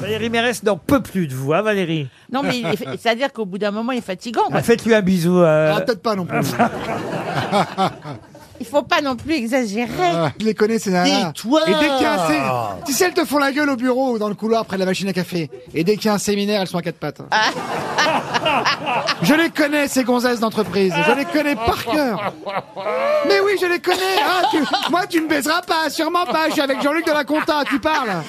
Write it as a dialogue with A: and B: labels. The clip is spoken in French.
A: Valérie Mérès n'en peut plus de vous, hein, Valérie
B: Non, mais il est- c'est-à-dire qu'au bout d'un moment, il est fatigant. quoi.
A: Ah, Faites-lui un bisou. euh,
C: Ah, peut-être pas non plus.
B: Il faut pas non plus exagérer.
C: Ah, Je les connais, ces nanas.
D: Tais-toi
C: Et dès qu'il y a un sé- Tu sais, elles te font la gueule au bureau ou dans le couloir près de la machine à café. Et dès qu'il y a un séminaire, elles sont à quatre pattes. je les connais, ces gonzesses d'entreprise. Je les connais par cœur. Mais oui, je les connais. Ah, tu- Moi, tu me baiseras pas, sûrement pas. Je suis avec Jean-Luc de la Conta, tu parles.